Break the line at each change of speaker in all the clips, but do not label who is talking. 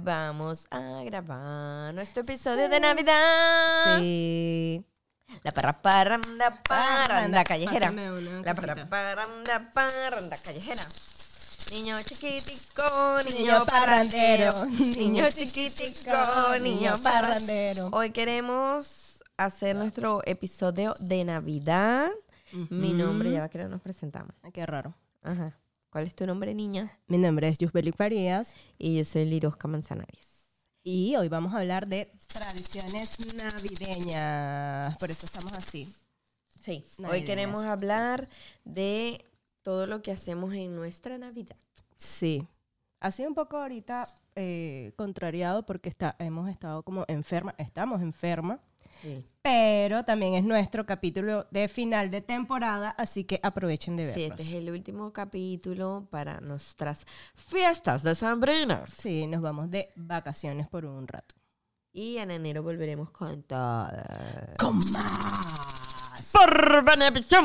vamos a grabar nuestro episodio de Navidad.
Sí.
La parra parranda parranda
Parranda,
callejera.
pásame una
La
cosita.
parra parranda parranda callejera. Niño chiquitico, niño
Niño
parrandero.
parrandero.
Niño chiquitico, Oh, niño parrandero. Hoy queremos hacer nuestro episodio de Navidad. Mi nombre, ya va que no nos presentamos.
Ay, Qué raro.
Ajá. ¿Cuál es tu nombre, niña?
Mi nombre es Yusbelic Farías
Y yo soy Lirosca Manzanares.
y hoy vamos a hablar de tradiciones navideñas. Por eso estamos así.
Sí. Hoy
Navideñas.
queremos hablar de todo lo que hacemos en nuestra Navidad.
Sí. Ha sido un poco ahorita eh, contrariado porque está, hemos estado como enferma, estamos enferma,
Sí.
pero también es nuestro capítulo de final de temporada, así que aprovechen de
Sí,
vernos.
este es el último capítulo para nuestras fiestas de Sambrinas.
Sí, nos vamos de vacaciones por un rato.
Y en enero volveremos con todo.
¡Con más!
¡Por beneficio!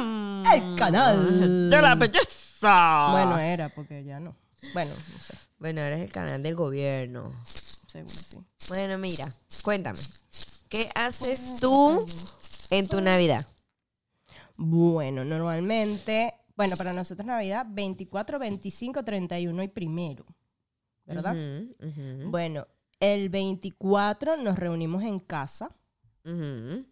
El canal.
¡De la belleza!
Bueno, era porque ya no. Bueno, no sé,
eh. Bueno, ahora es el canal del gobierno.
seguro sí.
Bueno, mira, cuéntame. ¿Qué haces tú en tu Navidad?
Bueno, normalmente, bueno, para nosotros Navidad 24, 25, 31 y primero, ¿verdad?
Ujú, ujú,
Bueno, el 24 nos reunimos en casa,
ujú.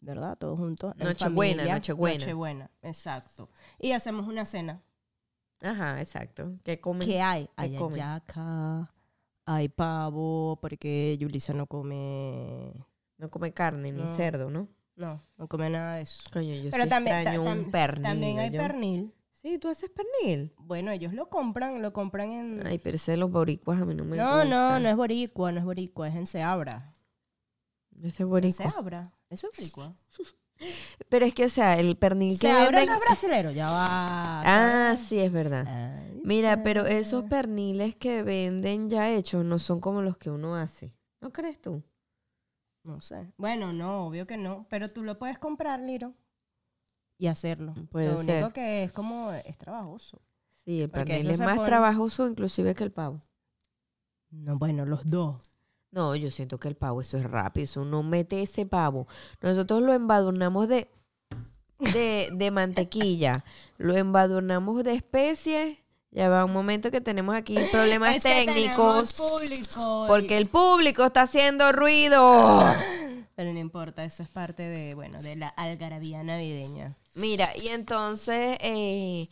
¿verdad? Todos juntos. en
Nochebuena,
familia.
Nochebuena.
Nochebuena, exacto. Y hacemos una cena.
Ajá, exacto. ¿Qué comen?
¿Qué hay?
¿Qué
Hay
comen?
ayaca, hay pavo, porque Yulisa no come...
No come carne ni
No.
cerdo, ¿no?
No, no come nada de eso.
Coño, yo
Pero
sí
también, ta-
extraño un
tam-
pernil.
también hay
yo.
pernil.
Sí, tú haces pernil.
Bueno, ellos lo compran, lo compran en...
Mm. Ay, pero ese de los boricuas a mí no me
No, no,
gusta.
no es boricua, no es boricua, es en Seabra.
Ese es
En
boricua.
Seabra, eso es boricua.
Pero es que, o sea, el pernil que
Seabra
venden...
no es brasilero, ya va.
Ah, sí, es verdad.
Ay,
Mira, pero
Seabra.
esos perniles que venden ya hechos no son como los que uno hace. ¿No crees tú?
No sé. Bueno, no, obvio que no, pero tú lo puedes comprar, Liro, y hacerlo.
Mm, Puede
lo
ser.
único que es como, es trabajoso.
Sí, el
Porque
pernil
eso
es
se
más
pone-
trabajoso inclusive que el pavo.
No, bueno, los dos.
No, yo siento que el pavo eso es rápido, eso uno mete ese pavo. Nosotros lo embadurnamos de, de, de mantequilla, lo embadurnamos de especies. Ya va un momento que tenemos aquí problemas técnicos porque el público está haciendo ruido.
Pero no importa, eso es parte de, bueno, de la algarabía navideña.
Mira, y entonces eh,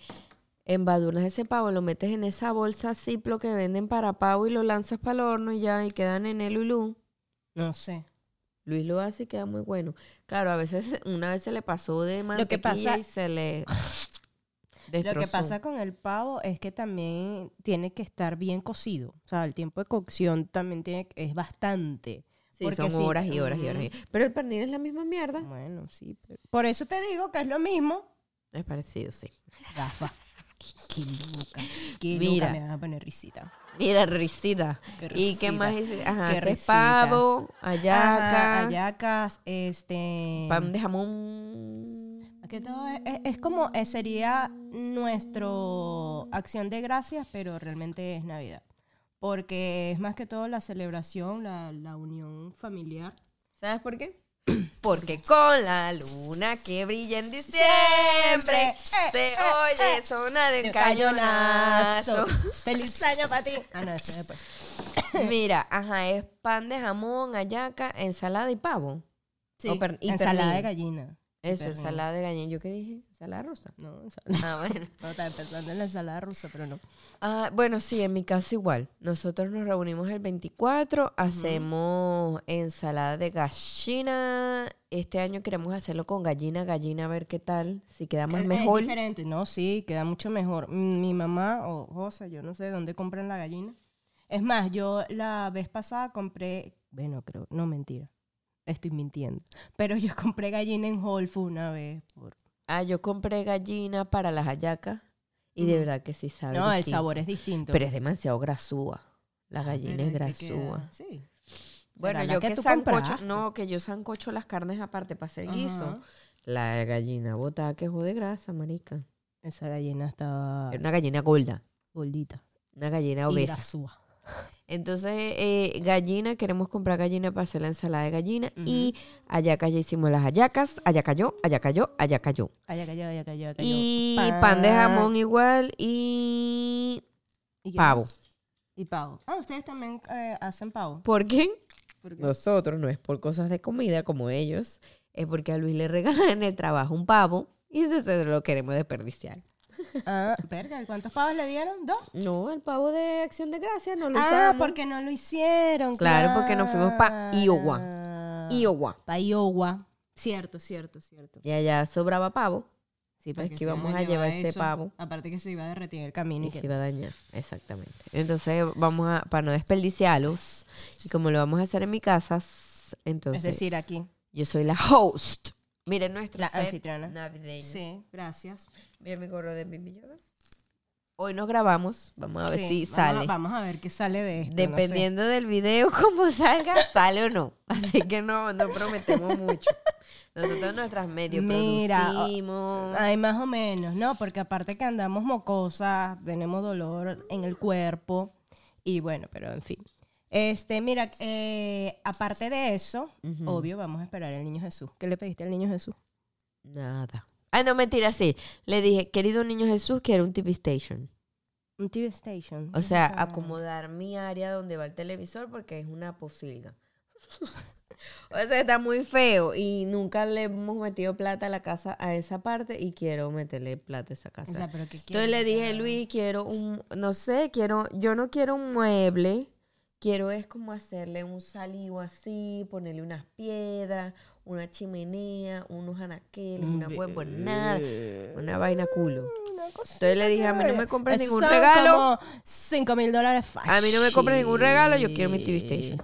embadurnas ese pavo, lo metes en esa bolsa ciplo que venden para pavo y lo lanzas para el horno y ya, y quedan en el ulú.
No sé.
Luis lo hace y queda muy bueno. Claro, a veces, una vez se le pasó de mantequilla
que pasa-
y se le
Lo
destrozó.
que pasa con el pavo es que también tiene que estar bien cocido. O sea, el tiempo de cocción también tiene, es bastante.
Sí, Mm.
porque
son
sí,
horas y horas y horas. y-
ujú.
Pero el pernil es la misma mierda.
Bueno, sí. pero- Por eso te digo que es lo mismo.
Es parecido, sí.
Gafa. Qué loca. Qué
Mira.
loca me vas a poner risita.
Mira, risita.
Qué
¿Y qué
risita,
más hice? Ajá,
qué
haces
risita.
pavo, ayaca,
Ajá, hallacas, este...
pan de jamón.
más que todo es, es- es como, eh, sería nuestro acción de gracias, pero realmente es Navidad. Porque es más que todo la celebración, la- la unión familiar.
¿Sabes por qué? Porque con la luna que brilla en diciembre
Eh,
se
eh,
oye
eh.
sonar el
El
cañonazo.
¡Feliz año para ti! Ah, no, eso es después.
Mira, ajá, es pan de jamón, ayaca, ensalada y pavo. O Oh, per- y
ensalada
pernil.
de gallina.
Eso,
Pernil.
ensalada de gallina. ¿Yo qué dije? Ensalada rusa.
No, ensalada.
Ah, bueno.
No, estaba pensando en la ensalada rusa, pero no.
Ah, bueno, sí, en mi caso igual. Nosotros nos reunimos el 24, hacemos ensalada de gallina. Este año queremos hacerlo con gallina, gallina, a ver qué tal, si queda más
Es-
mejor.
Es diferente. No, sí, queda mucho mejor. Mm, Mi mamá o José, yo no sé dónde compran la gallina. Es más, yo la vez pasada compré... Bueno, creo... No, mentira. Estoy mintiendo. Pero yo compré gallina en Whole Foods una vez. por-
Ah, yo compré gallina para las hallacas y de
Ujú.
verdad que sí sabe.
No, el
distinto.
sabor es distinto.
Pero es demasiado grasúa. La gallina es
Pero que queda-
grasúa.
Sí.
Bueno,
¿Será la
yo que,
que tú
sancocho,
compraste?
no, que yo sancocho las carnes aparte para hacer guiso.
Ajá.
La gallina botada que jode grasa, marica.
Esa gallina estaba
Era una gallina gorda,
gordita.
una gallina
Y
obesa.
grasúa.
Entonces, eh, gallina, queremos comprar gallina para hacer la ensalada de gallina. Y hallacas, ya hicimos las hallacas. Allá cayó, allá cayó, allá cayó.
Allá cayó, allá cayó, allá cayó.
Y
Pa-
pan de jamón igual y
¿Y qué
pavo.
más? Y pavo. Ah, ustedes también eh, hacen pavo.
¿Por qué?
Porque-
Nosotros no es por cosas de comida como ellos, es porque a Luis le regalan en el trabajo un pavo y entonces lo queremos desperdiciar.
Ah, verga, ¿y cuántos pavos le dieron? ¿Dos?
No, el pavo de Acción de Gracias no lo
Ah,
usamos.
porque no lo hicieron.
Claro, porque nos fuimos pa' Iowa. Iowa.
Para Iowa. Cierto, cierto, cierto.
Y allá sobraba pavo
Sí,
Pues
porque
que
se iban
íbamos a llevar ese
eso.
pavo.
Aparte que se iba a derretir el camino.
y
Y que-
se iba a dañar. Exactamente. Entonces vamos a, para no desperdiciarlos, y como lo vamos a hacer en mi casa, s-
Es
entonces
decir, aquí.
yo soy la host. Miren nuestro
La
set
anfitriona.
navideño.
Sí, gracias.
Mira mi gorro de Mimi Yoda. Hoy nos grabamos, vamos a ver
Sí,
si
vamos a-
sale.
Vamos a ver qué sale de esto. no sé.
Dependiendo del video, como salga, sale o no. Así que no, no prometemos mucho. Nosotros nuestras medio
Mira, o-
producimos.
Ay, más o menos, ¿no? Porque aparte que andamos mocosas, tenemos dolor en el cuerpo y bueno, pero en fin. Este, mira, eh, aparte de eso, obvio, vamos a esperar al niño Jesús. ¿Qué le pediste al niño Jesús?
Nada. Ay, no, mentira, sí. Le dije, querido niño Jesús, quiero un TV station.
Un TV station.
O sea, acomodar mi área donde va el televisor porque es una posilga. o sea, está muy feo y nunca le hemos metido plata a la casa a esa parte y quiero meterle plata a esa casa.
O sea, pero ¿qué
Entonces le dije, Luis, quiero un, no sé, quiero, yo no quiero un mueble, quiero es como hacerle un salivo así, ponerle unas piedras, una chimenea, unos anaqueles,
Mm,
una huevo, nada, una vaina culo.
Una cosa.
Entonces le dije, a mí no me compres
Esos
ningún
son
regalo.
Como 5 mil dólares fácil.
A mí no me compres ningún regalo, yo quiero mi TV station.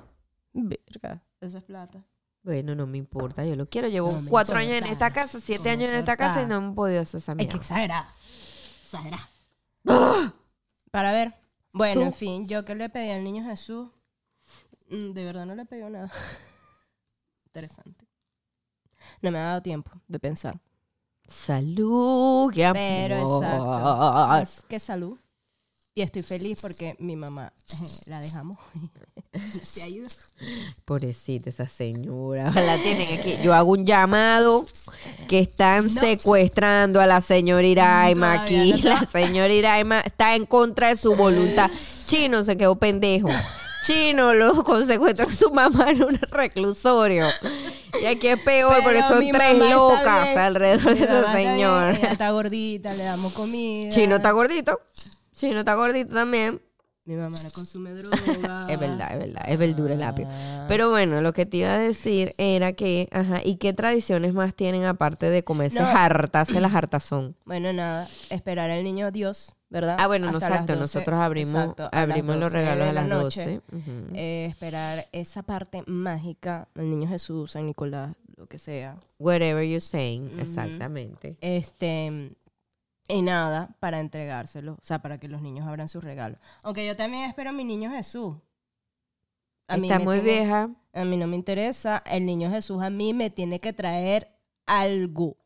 Verga, eso es plata.
Bueno, no me importa, yo lo quiero. Llevo
No me
cuatro años en
importa,
esta casa, siete
no me
años en esta casa y
importa.
no hemos podido hacer esa
Hay que
mierda.
exagerar. Exagerar. Para ver. Bueno,
Tú.
en fin, yo que le pedí al niño Jesús. mm, De verdad no le pedí nada. Interesante. No me ha dado tiempo de pensar.
Salud, y
Pero
amor.
exacto. Es que salud. Y estoy feliz porque mi mamá eh, la dejamos. Se ayuda.
Pobrecita esa señora. La tienen aquí. Yo hago un llamado que están secuestrando a la señora Iraima
Todavía
aquí.
no está.
La señora Iraima está en contra de su voluntad. Chino se quedó pendejo. Chino lo con- secuestró a su mamá en un reclusorio. Y aquí es peor, por
Pero
eso
mi
tres
mamá está
locas
bien.
alrededor
Mi
de ese
mamá está bien,
señor.
ella está gordita, le damos comida.
Chino está gordito. Chino está gordito también.
Mi mamá no consume droga.
Es verdad, es verdad, es verdura el apio.
Ah.
Pero bueno, lo que te iba a decir era que, ajá, ¿y qué tradiciones más tienen aparte de comerse
No.
jartas? Las jartas son.
Bueno, nada, esperar al niño Dios, ¿verdad?
Ah, bueno, no,
Hasta
exacto,
las 12,
nosotros abrimos,
exacto, a las
abrimos los
12
regalos
de
a las
la
12.
noche.
ujú.
Eh, esperar esa parte mágica, el niño Jesús, San Nicolás, lo que sea.
Whatever you're saying, exactamente.
Este, y nada, para entregárselo, o sea, para que los niños abran sus regalos. Aunque yo también espero a mi niño Jesús. A mí
Está
me
muy
tiene-
vieja.
A mí no me interesa, el niño Jesús a mí me tiene que traer algo.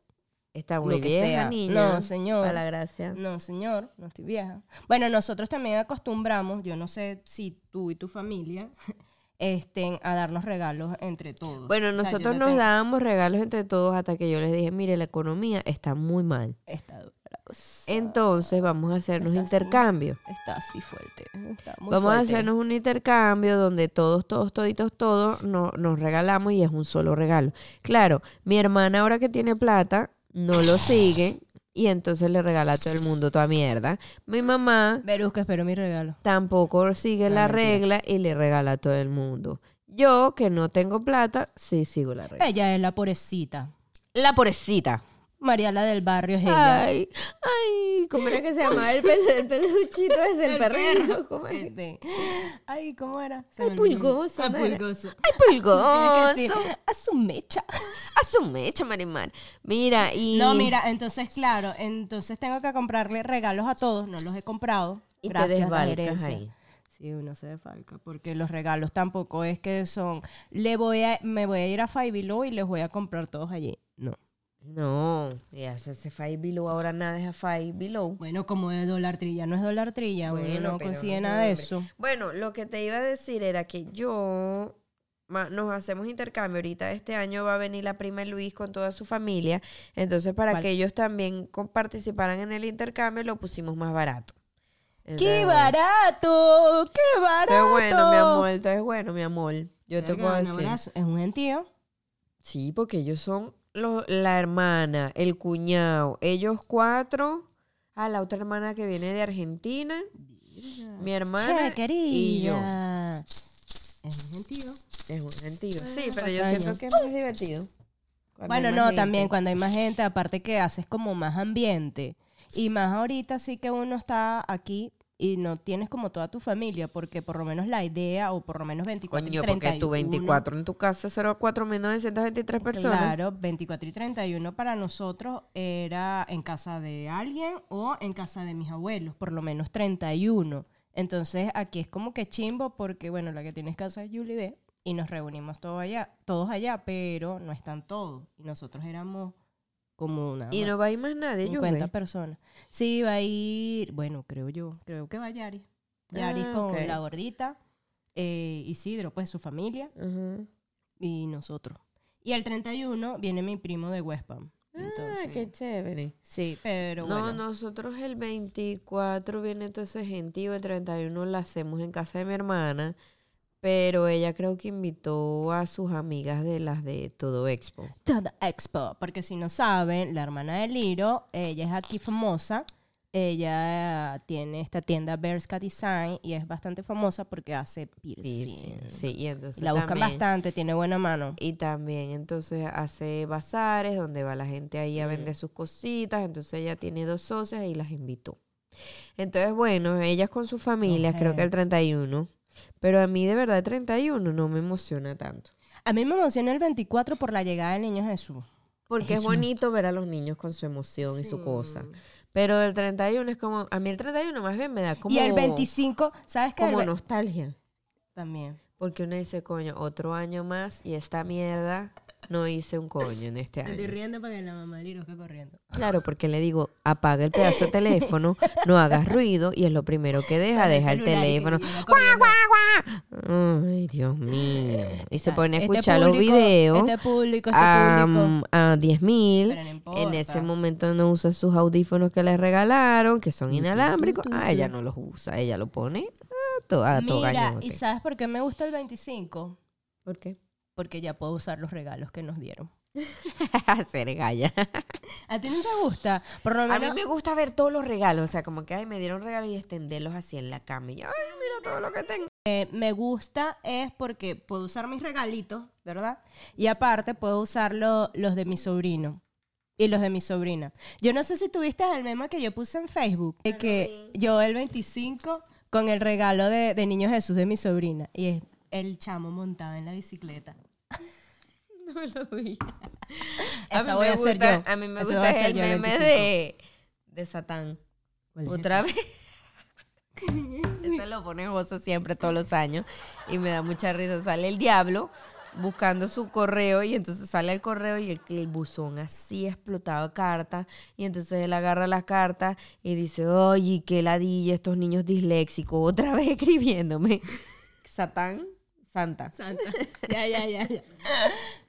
Está
lo
muy
que
vieja,
sea.
niña.
No, señor.
A la gracia.
No, señor, no estoy vieja. Bueno, nosotros también acostumbramos, yo no sé si tú y tu familia, estén a darnos regalos entre todos.
Bueno,
O sea, yo
nosotros
le
nos
tengo-
dábamos regalos entre todos hasta que yo les dije, mire, la economía está muy mal.
Está dura la cosa.
Entonces vamos a hacernos
Está así.
intercambios.
Está así fuerte. Está muy
Vamos a
fuerte.
hacernos un intercambio donde todos, todos, toditos, todos no- nos regalamos y es un solo regalo. Claro, mi hermana ahora que tiene plata no lo sigue y entonces le regala a todo el mundo toda mierda. Mi mamá
Verusca, espero mi regalo.
tampoco sigue
Ah,
la
mentira.
regla y le regala a todo el mundo. Yo, que no tengo plata, sí sigo la regla.
Ella es la pobrecita.
La pobrecita.
María la del barrio es ella.
Ah, Ay, ay, ¿cómo era que se llamaba el, pelu- el peluchito? Es el, perrero. ¿Cómo era?
Este, Ay, ¿cómo era? Se
Ay,
me olvidó.
pulgoso,
Ay,
¿no era?
pulgoso.
Ay,
Tienes que
pulgoso.
decir, Haz un mecha.
A su mecha, Marimar. Mira, y.
No, mira, entonces, claro, entonces tengo que comprarle regalos a todos. No los he comprado.
Y te
gracias a la
desbalcas
gerencia.
ahí.
Sí, uno se desfalca, porque los regalos tampoco es que son, le voy a, me voy a ir a Five Below y les voy a comprar todos allí. No.
No, y eso ese Five Below ahora nada es a Five Below.
Bueno, como es dólar trilla, no es dólar trilla, bueno,
Bueno,
no
pero
consigue
no,
nada de
hombre.
eso.
Bueno, lo que te iba a decir era que yo ma- nos hacemos intercambio ahorita este año va a venir la prima de Luis con toda su familia entonces para
Vale.
que ellos también con- participaran en el intercambio lo pusimos más barato
¡Qué
Entonces, bueno.
barato! ¡Qué barato!
Entonces, bueno mi amor entonces bueno mi amor yo te
Verga,
puedo
un
decir
abrazo. Es un gentío.
Sí, porque ellos son lo- la hermana, el cuñado, ellos cuatro, a la otra hermana que viene de Argentina, mi hermana
Che,
y yo.
querida. Es un gentío.
Es un sentido. Sí,
Ah,
pero yo
coño.
siento que es más divertido. cuando
Bueno,
hay más
no,
gente.
también cuando hay más gente, aparte que haces como más ambiente. Y más ahorita sí que uno está aquí y no tienes como toda tu familia, porque por lo menos la idea, o por lo menos 24
Coño,
y
porque
31.
tu 24 en tu casa será 4.923 personas.
Claro, 24 y 31 para nosotros era en casa de alguien o en casa de mis abuelos, por lo menos 31. Entonces aquí es como que chimbo porque, bueno, la que tienes casa es Julie B y nos reunimos todos allá, todos allá, pero no están todos. Y nosotros éramos como una...
Y no va a ir más nadie, yo
50 personas. Sí, va a ir, bueno, creo yo, creo que va Yaris. Yaris
Ah,
con
ok.
la gordita, eh, Isidro, pues su familia y nosotros. Y el 31 viene mi primo de Westpam. Entonces,
Ah, qué chévere.
sí, pero
no,
bueno.
nosotros el 24 viene todo ese gentío, el 31 la hacemos en casa de mi hermana, pero ella creo que invitó a sus amigas de las de Todo Expo.
Todo Expo, porque si no saben, la hermana de Liro, ella es aquí famosa. Ella tiene esta tienda Berska Design y es bastante famosa porque hace
Sí,
piercing.
sí, sí, y entonces
La buscan
también-
bastante, tiene buena mano.
Y también entonces hace bazares donde va la gente ahí a
Mm.
vender sus cositas, entonces ella tiene dos socias y las invitó. Entonces, bueno, ellas con sus familias, creo que el
Mujer.
31, pero a mí de verdad el 31 no me emociona tanto.
A mí me emociona el 24 por la llegada del niño Jesús.
Porque es,
Es una-
bonito ver a los niños con su emoción y su cosa. Pero el 31 es como, a mí el 31 más bien me da como,
y el 25, ¿sabes qué? El
como
ve-
nostalgia.
También.
Porque uno dice, coño, otro año más y esta mierda no hice un coño en este año.
riendo porque la mamá de Liro está corriendo.
Claro, porque le digo, apaga el pedazo de teléfono, no hagas ruido y es lo primero que deja,
Sale
deja el
celular y que
teléfono.
viene
¡Guau,
corriendo.
guau, guau! Ay, Dios mío. Y se pone a
Este
escuchar los
público,
videos
Este público, este público.
a, a 10 mil.
Pero no
En
importa.
ese momento no usa sus audífonos que le regalaron, que son inalámbricos. Ah, ella no los usa, ella lo pone a to- a todo
Mira,
gañote.
¿y sabes por qué me gusta el 25?
¿Por qué?
Porque ya puedo usar los regalos que nos dieron.
Ser galla.
¿A ti no te gusta? Por lo
A mí
menos.
me gusta ver todos los regalos, o sea, como que ay, me dieron regalos y extenderlos así en la cama. Y yo, ay, mira todo lo que tengo.
eh, me gusta es porque puedo usar mis regalitos, ¿verdad? Y aparte puedo usar lo- los de mi sobrino y los de mi sobrina. Yo no sé si tuviste el meme que yo puse en Facebook, de que yo el 25 con el regalo de, de Niño Jesús de mi sobrina y es el chamo montado en la bicicleta.
No lo vi.
Esa voy a hacer yo.
A mí me
Esa
gusta
voy a hacer
el
yo el
meme
25.
de, de Satán.
¿Cuál es
Otra vez. Ese lo pone José siempre, todos los años. Y me da mucha risa. Sale el diablo buscando su correo y entonces sale el correo y el, el buzón así explotado de cartas. Y entonces él agarra las cartas y dice, oye, qué ladilla estos niños disléxicos. Otra vez escribiéndome. Satán, Santa.
Santa. Ya, ya, ya, ya.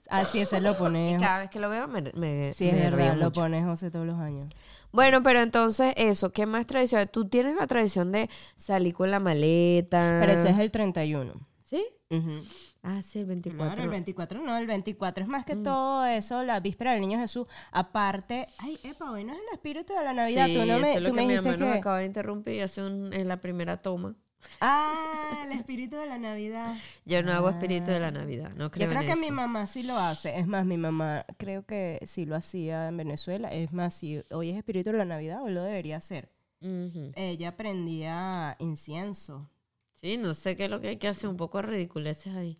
Así es, se lo pone.
Cada vez que lo veo me, me,
Sí, es
me río
verdad, lo
mucho.
pone José todos los años.
Bueno, pero entonces eso, ¿qué más tradición? Tú tienes la tradición de salir con la maleta.
Pero ese es el 31.
¿Sí?
Ujú.
Ah, sí, el 24.
Claro, el 24 no, el 24 es más que todo eso, la víspera del Niño Jesús. Aparte, ay, epa, hoy no es el espíritu de la Navidad,
Sí,
tú no
eso
me,
es lo
tú me
que mi
dijiste
mamá nos
que...
acaba de interrumpir hace un- en la primera toma.
Ah, el espíritu de la Navidad.
Yo no hago espíritu de la Navidad, no creo
Ah. Yo creo
en
que
eso.
mi mamá sí lo hace, es más, mi mamá creo que sí lo hacía en Venezuela, es más, si hoy es espíritu de la Navidad, hoy lo debería hacer.
Ujú.
Ella prendía incienso.
Sí, no sé qué es lo que hay que hacer, un poco de ridiculeces ahí.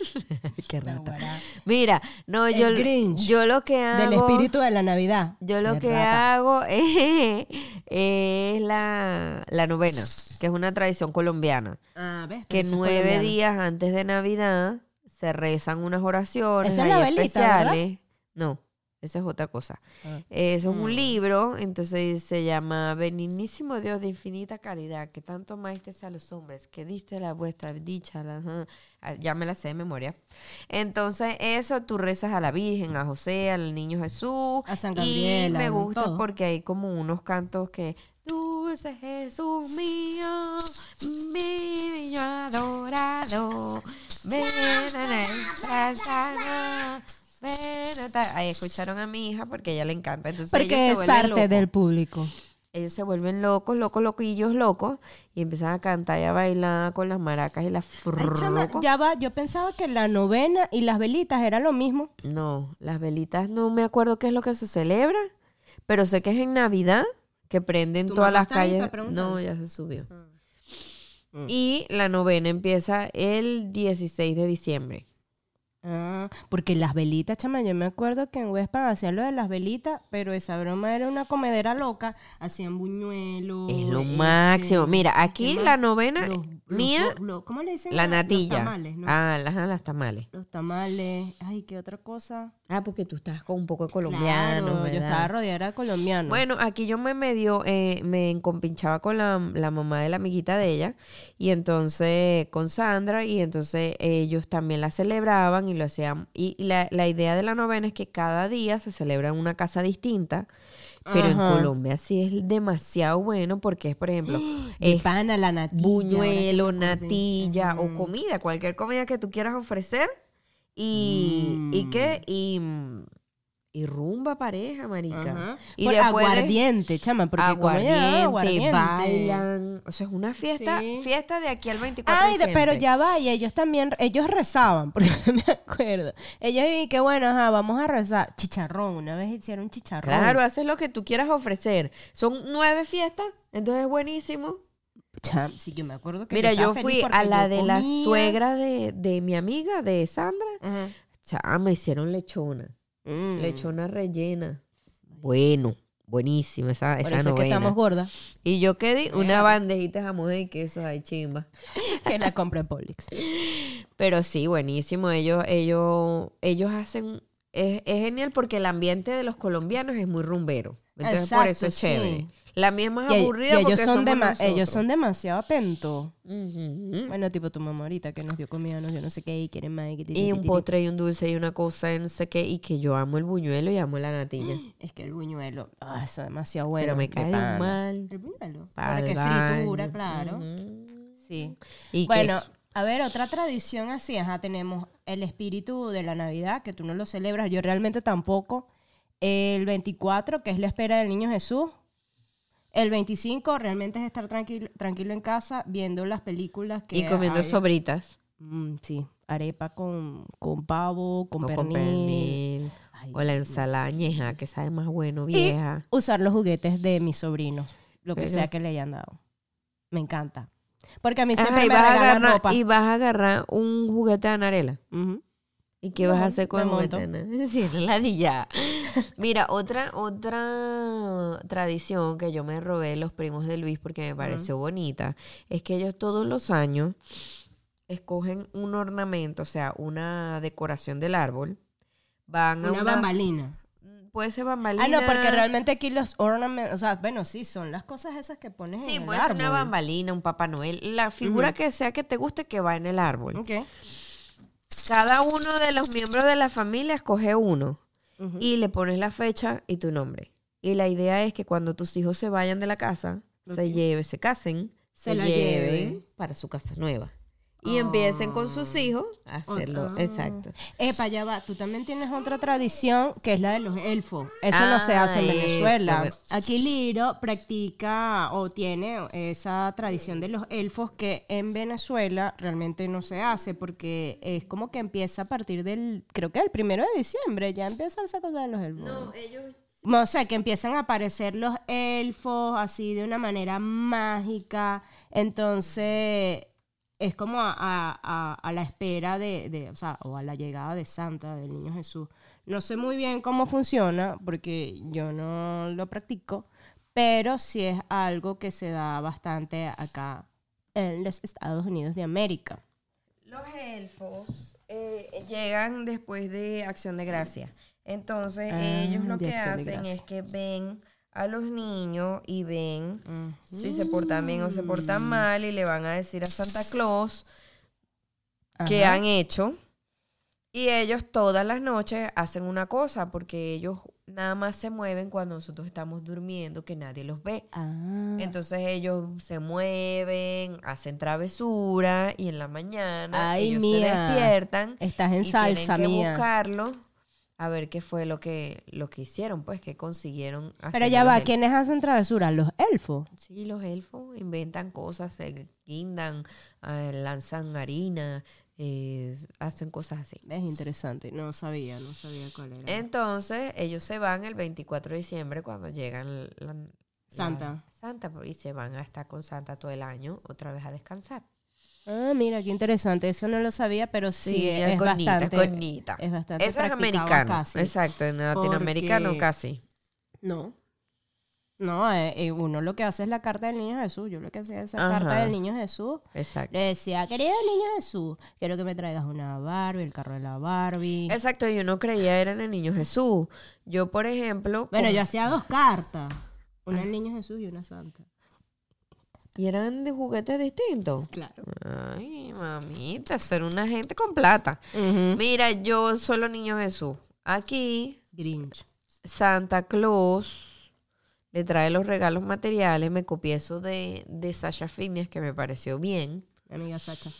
qué rata.
Naguará.
Mira, no,
El
yo,
Grinch
yo lo que hago...
Del espíritu de la Navidad.
Ah, Yo lo
Qué
que
rata.
hago es, es la, la novena, que es una tradición colombiana.
Ah, ¿ves?
Que
Pero eso es
nueve
colombiano.
días antes de Navidad se rezan unas oraciones
Esa es la
ahí
velita, ¿verdad?
especiales. No, Esa es otra cosa.
Ah.
Eh, Eso es
Mm.
un libro, entonces se llama Benignísimo Dios de infinita caridad, que tanto amaste a los hombres, que diste la vuestra dicha, la- ajá. Ah, ya me la sé de memoria. Entonces, eso tú rezas a la Virgen, a José, al niño Jesús.
A San
y
Gabriel,
me
a
gusta
todo.
porque hay como unos cantos que. Dulce Jesús mío, mi niño adorado, ven a nuestra alma, ven a ta-". Ahí escucharon a mi hija porque a ella le encanta. Entonces ellos se
Porque es
vuelven
parte
locos.
del público.
Ellos se vuelven locos, locos, loquillos, locos. Y empiezan a cantar y a bailar con las maracas y las
Ay, chama,
furrucos.
ya va, yo pensaba que la novena y las velitas era lo mismo.
No, las velitas no me acuerdo qué es lo que se celebra, pero sé que es en Navidad que prenden
¿Tu
todas
mamá
las
está ahí
calles.
para preguntar? Ah.
No, ya se subió.
Mm.
Y la novena empieza el 16 de diciembre.
Ah, porque las velitas, chama, yo me acuerdo que en Huespan hacían lo de las velitas, pero esa broma era una comedera loca. Hacían buñuelos.
Es lo
este,
máximo. Mira,
¿qué
aquí
más?
la novena
Los-
mía,
los- los- ¿Cómo le dicen?
la
a-
natilla.
Los tamales, ¿no?
Ah, las, ah, las tamales.
Los tamales. Ay, qué otra cosa.
Ah, porque tú estás con un poco de
Claro,
colombiano.
yo
¿verdad?
estaba rodeada de colombianos.
Bueno, aquí yo me medio, eh, me encompinchaba con la, la mamá de la amiguita de ella, y entonces con Sandra, y entonces ellos también la celebraban y lo hacían. Y la, la idea de la novena es que cada día se celebra en una casa distinta, pero en
Ajá.
Colombia sí es demasiado bueno porque es, por ejemplo,
Mi
es
pana, la natilla.
buñuelo,
ahora que me acordé.
natilla
Ajá.
o comida, cualquier comida que tú quieras ofrecer, y, y
Mm.
qué, y... y rumba pareja, marica.
Ajá.
Y
Por
después de-
aguardiente, chama, porque como
aguardiente,
ya aguardiente.
bailan. O sea, es una fiesta,
Sí.
fiesta de aquí al 24
Ay,
de
de- pero
diciembre.
ya va, y ellos también, ellos rezaban, porque me acuerdo. Ellos y que bueno, ajá, vamos a rezar. Chicharrón, una vez hicieron chicharrón.
Claro, haces lo que tú quieras ofrecer. Son nueve fiestas, entonces es buenísimo.
Cham, sí, yo me acuerdo que
Mira, yo,
estaba feliz
fui a
porque
la
yo
de la
comía.
suegra de, de mi amiga, de Sandra.
Ajá.
Chama, me hicieron lechona.
Mm.
Lechona rellena. Bueno, buenísima esa,
Por
esa
eso es que
novena.
estamos gordas,
Y yo quedé una
Mira.
bandejita de jamón y queso, ay, chimba.
que la compra en Publix. e-,
Pero sí, buenísimo. Ellos, ellos, ellos hacen. Es, es genial porque el ambiente de los colombianos es muy rumbero. Entonces, por
Exacto,
eso es chévere.
sí.
La mía es más
Y, y
aburrida
ellos,
porque
son
somos
dema- ellos
nosotros.
son demasiado atentos.
Ujú.
Bueno, tipo tu mamá ahorita que nos dio comida, no, yo no sé qué, y quieren más. que-
Y un postre y un dulce y una cosa y no sé qué. Y que yo amo el buñuelo y amo la natilla.
Es que el buñuelo, ah, eso es demasiado bueno.
Pero me
de
cae de
pana.
un mal.
El buñuelo.
para
Ahora
el
que
baño.
fritura, claro.
Ujú.
Sí.
Y
bueno,
queso.
a ver, otra tradición así, ajá, tenemos el espíritu de la Navidad, que tú no lo celebras, yo realmente tampoco. El 24, que es la espera del niño Jesús. El 25, realmente es estar tranquilo, tranquilo en casa, viendo las películas que...
y comiendo
hay.
sobritas.
Mm, sí, arepa con, con pavo, con
o
pernil.
con pernil.
Ay,
O la ensalada ñeja, que sabe más bueno,
y
vieja.
usar los juguetes de mis sobrinos, lo que
Pero-
sea que le hayan dado. Me encanta. Porque a mí
Ajá,
siempre
y,
me
vas a
regalan
agarrar,
ropa.
y vas a agarrar un juguete de anarela.
Ujú.
¿Y qué
Me
vas a
mon-
hacer con
me
el juguete?
monto.
de anarela? Sí, la di ya. Mira, otra, otra tradición que yo me robé de los primos de Luis porque me pareció bonita es que ellos todos los años escogen un ornamento, o sea, una decoración del árbol. Van a
Una bambalina.
Puede ser bambalina.
Ah, no, porque realmente aquí los ornamentos, o sea, bueno, sí, son las cosas esas que pones
Sí,
Ah, en el
puede ser
árbol.
una bambalina, un Papá Noel, la figura que sea que te guste que va en el árbol.
Ok.
Cada uno de los miembros de la familia escoge uno
Ujú.
y le pones la fecha y tu nombre. Y la idea es que cuando tus hijos se vayan de la casa, se lleven, se casen,
Se la lleven.
para su casa nueva. Y
Ah.
empiecen con sus hijos a hacerlo.
Ah.
Exacto.
Epa, ya va. Tú también tienes otra tradición que es la de los elfos. Eso no se
Ah,
hace en
eso,
Venezuela.
ver-
Aquí Liro practica o tiene esa tradición de los elfos que en Venezuela realmente no se hace porque es como que empieza a partir del, creo que el primero de diciembre ya empieza esa cosa de los elfos.
ellos.
No, O sea, que empiezan a aparecer los elfos así de una manera mágica. Entonces, es como a, a- a- a la espera de, de- o sea, o a la llegada de Santa, del niño Jesús. No sé muy bien cómo funciona, porque yo no lo practico, pero sí es algo que se da bastante acá en los Estados Unidos de América.
Los elfos eh, llegan después de Acción de Gracia. Entonces,
Ah,
ellos lo que
dióxido de
hacen
grasa.
es que ven a los niños y ven si se portan bien o
Mm.
se portan mal y le van a decir a Santa Claus que
Ajá.
han hecho. Y ellos todas las noches hacen una cosa, porque ellos nada más se mueven cuando nosotros estamos durmiendo, que nadie los ve.
Ah.
Entonces ellos se mueven, hacen travesura y en la mañana
Ay,
ellos se
mía.
despiertan
Estás en
y
salsa,
tienen que
mía.
buscarlo a ver qué fue lo que lo que hicieron, pues que consiguieron
Pero
hacer
ya
los
va,
elfos.
¿quiénes hacen travesuras? Los elfos.
Sí, los elfos inventan cosas, se guindan, eh, lanzan harina, eh, hacen cosas así.
Es interesante, no sabía, no sabía cuál era.
Entonces, ellos se van el 24 de diciembre cuando llegan la- la-
Santa.
Santa, pues, y se van a estar con Santa todo el año, otra vez a descansar.
Ah, mira, qué interesante, eso no lo sabía, pero sí, es,
es coñita,
bastante...
coñita.
es bastante
Eso es
practicado
americano.
casi,
Exacto, en latinoamericano
porque-
casi.
No. No, eh, eh, uno lo que hace es la carta del niño Jesús. Yo lo que hacía es esa carta
Ajá.
del niño Jesús.
Exacto.
Le decía, querido niño Jesús, quiero que me traigas una Barbie, el carro de la Barbie.
Exacto, yo no creía era en el niño Jesús. Yo, por ejemplo.
Bueno,
con-
yo hacía dos cartas. Una del niño Jesús y una santa.
Y eran de juguetes distintos.
Claro.
Ay, mamita, ser una gente con plata. Mira, yo solo niño Jesús. Aquí,
Grinch.
Santa Claus le trae los regalos materiales. Me copié eso de, de Sasha Fitness, que me pareció bien.
Mi amiga Sacha.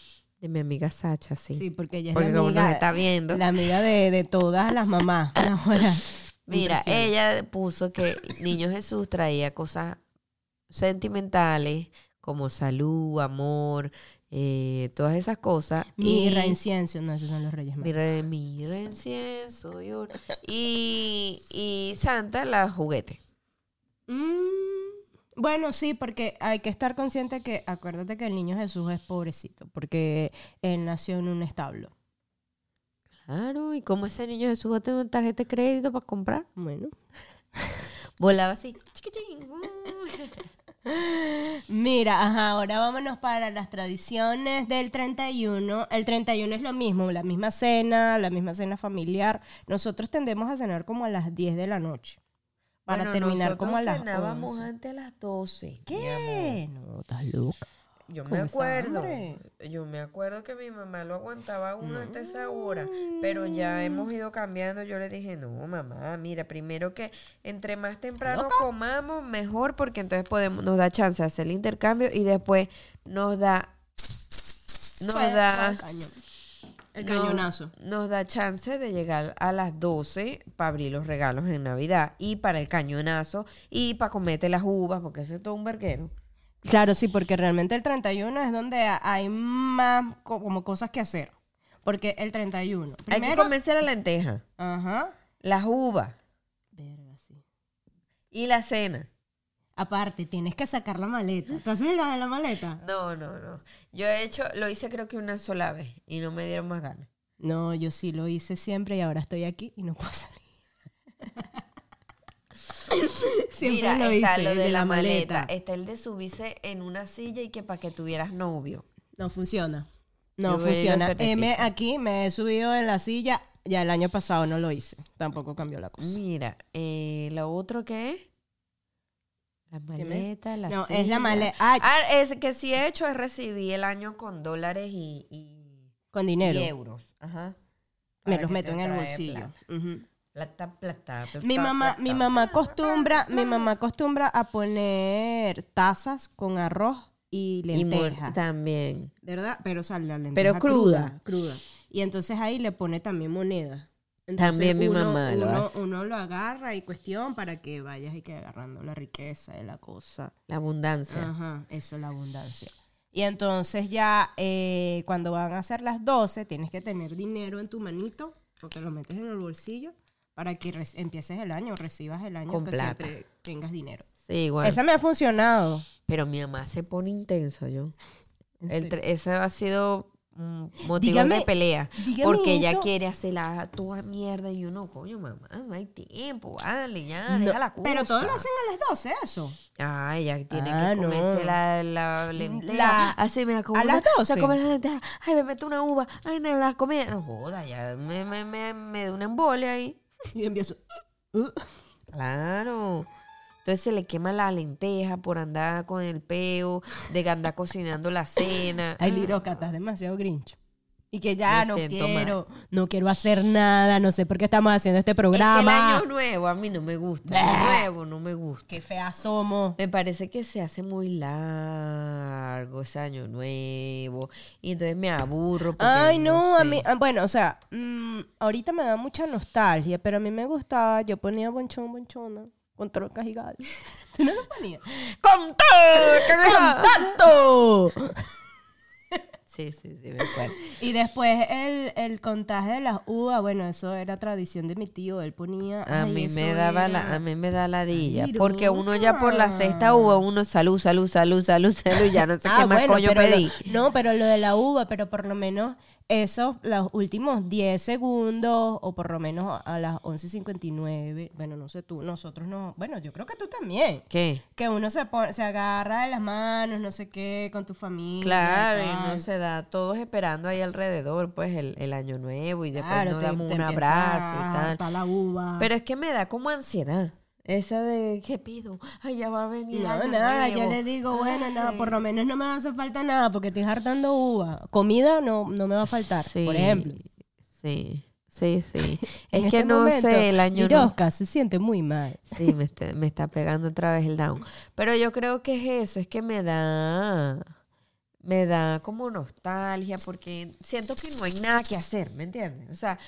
De mi amiga Sacha, sí.
Sí, porque ella es
Porque
la
como nos
amiga,
está viendo.
la amiga de, de todas las mamás. la abuela.
Mira,
Impresionante.
ella puso que Niño Jesús traía cosas sentimentales como salud, amor, eh, todas esas cosas.
Mirra,
y,
incienso. No, esos son los reyes magos.
mira, mira, incienso y oro. Y, y Santa la juguete.
Mm, Bueno, sí, porque hay que estar consciente que, acuérdate que el niño Jesús es pobrecito, porque él nació en un establo.
Claro, ¿y cómo ese Niño Jesús va a tener una tarjeta de crédito para comprar?
Bueno.
Volaba así. chiquitín, uh.
Mira, ajá, ahora vámonos para las tradiciones del 31. El 31 es lo mismo, la misma cena, la misma cena familiar. Nosotros tendemos a cenar como a las 10 de la noche, para
Bueno,
terminar como a
nosotros
las
cenábamos
11.
antes a las 12.
¿Qué? No, estás loca.
Yo me
con esa
acuerdo.
hambre.
Yo me acuerdo que mi mamá lo aguantaba a uno hasta esa hora. Pero
Mm.
ya hemos ido cambiando. Yo le dije, no, mamá, mira, primero que entre más temprano comamos, mejor, porque entonces podemos, nos da chance de hacer el intercambio y después nos da. Nos
Fue
da.
el cañón. Pues, El
Ah. no-
cañonazo.
Nos da chance de llegar a las 12 para abrir los regalos en Navidad y para el cañonazo y para comerte las uvas, porque ese es todo un verguero.
Claro, sí, porque realmente el 31 es donde ha- hay más co- como cosas que hacer. Porque el 31.
Hay que
Primero.
comerse la lenteja,
Ajá.
las uvas.
Verga, sí.
Y la cena.
Aparte, tienes que sacar la maleta. ¿Tú haces la de la maleta?
No, no, no. Yo he hecho, lo hice creo que una sola vez y no me dieron más ganas.
No, yo sí lo hice siempre y ahora estoy aquí y no puedo salir. siempre
Mira,
lo
está
hice.
lo
el
de, la, maleta. Eh. Está el de subirse en una silla y que para que tuvieras novio.
No funciona.
Yo
No
veo y lo
funciona.
certifico.
M aquí me he subido en la silla. Ya el año pasado no lo hice. Tampoco cambió la cosa.
Mira, eh, lo otro que es. La
Dime.
maleta, la
No, es la
silla.
maleta. Ah,
Ah, es que sí he hecho es recibí el año con dólares y, y-
con
y
dinero.
euros. Ajá.
me
Para
los
que
meto
te
en el
trae
bolsillo. Ujú.
Plata, plata, plata.
Mi mamá, mi
plata.
mamá acostumbra, mi mamá acostumbra a poner tazas con arroz y
Y mor-
lenteja,
también.
¿verdad? Pero o sea, la lenteja
Pero cruda.
cruda, cruda. Y entonces ahí le pone también moneda.
También mi mamá lo
uno,
hace.
uno lo agarra y cuestión para que vayas y que agarrando la riqueza de la cosa.
La abundancia.
Ajá, eso es la abundancia. Y entonces ya eh, cuando van a ser las 12, tienes que tener dinero en tu manito, porque lo metes en el bolsillo, para que re- empieces el año, recibas el año,
Con
que
plata.
siempre tengas dinero.
Sí, igual.
Esa me ha funcionado.
Pero mi mamá se pone intensa, yo.
En
El tre- ese ha sido mm, motivo de
Dígame-
pelea.
dígame
Porque ella
eso.
quiere hacerla a toda mierda y yo no, coño, mamá, no hay tiempo, dale, ya,
No,
Ah, deja la cosa.
pero todos lo hacen a las 12, eso.
Ah, ella tiene
Ah,
que
no.
comerse la, la lenteja.
La-
Así me la como.
¿A
una-
las
Se
12?
come la lenteja. Ay, me meto una uva. Ay, no, la comida. No joda, ya me, me, me, me da una embolia ahí.
Y empiezo. uh,
Ah. Claro. Entonces se le quema la lenteja por andar con el peo, de que andar cocinando la cena.
Ay, Liroca, estás demasiado grinch. Y que ya
Me
no
siento mal.
quiero, no quiero hacer nada, no sé por qué estamos haciendo este
Es que el
programa.
año nuevo a mí no me gusta.
Bah.
El nuevo no me gusta.
Qué fea somos.
Me parece que se hace muy largo ese año nuevo. Y entonces me aburro. porque
Ay, no, a
sé.
mí, ah, bueno, o sea, mm, ahorita me da mucha nostalgia, pero a mí me gustaba, yo ponía bonchón, bonchona, con trocas y gallo. ¿Tú no lo ponías?
¡Con todo! que me da!
¡Contacto!
Sí, sí, sí, me acuerdo.
Y después el, el contaje de las uvas, bueno, eso era tradición de mi tío, él ponía...
A
ay,
mí me
eso
daba
era-
la, a mí me da ladilla,
Ay,
porque uno ya por la sexta uva, uno salud, salud, salud, salud, salud, y ya no sé
Ah,
qué más
bueno,
coño
pero lo-
pedí.
no, pero lo de la uva, pero por lo menos esos, los últimos 10 segundos, o por lo menos a las 11.59, bueno, no sé tú, nosotros no, bueno, yo creo que tú también.
¿Qué?
Que uno se, pone- se agarra de las manos, no sé qué, con tu familia.
Claro, y
tal.
no se da, todos esperando ahí alrededor, pues el, el año nuevo y después
Claro,
nos
te-
damos
te
un
empieza
abrazo
a
y tal.
hartar la uva.
Pero es que me da como ansiedad. Esa de, ¿qué pido? Ay, ya va a venir.
no,
año
nada, yo
nuevo.
le digo, bueno, nada, por lo menos no me hace falta nada porque estoy hartando uva. Comida no, no me va a faltar, por
Sí,
ejemplo.
Sí, sí, sí.
En
es que
este
no
momento,
sé, el año nuevo.
Mirosca se siente muy mal.
Sí, me está, me está pegando otra vez el down. Pero yo creo que es eso, es que me da, me da como nostalgia, porque siento que no hay nada que hacer, ¿me entiendes? O sea,